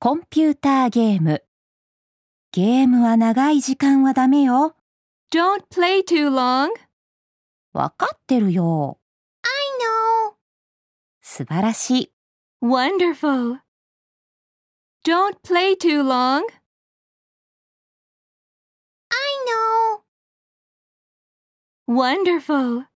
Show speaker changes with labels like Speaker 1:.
Speaker 1: コンピューターゲーム。ゲームは長い時間はダメよ。
Speaker 2: Don't play too long.
Speaker 1: わかってるよ。
Speaker 2: No.
Speaker 1: 素晴らしい。
Speaker 2: Wonderful. Don't play too long. I know. Wonderful.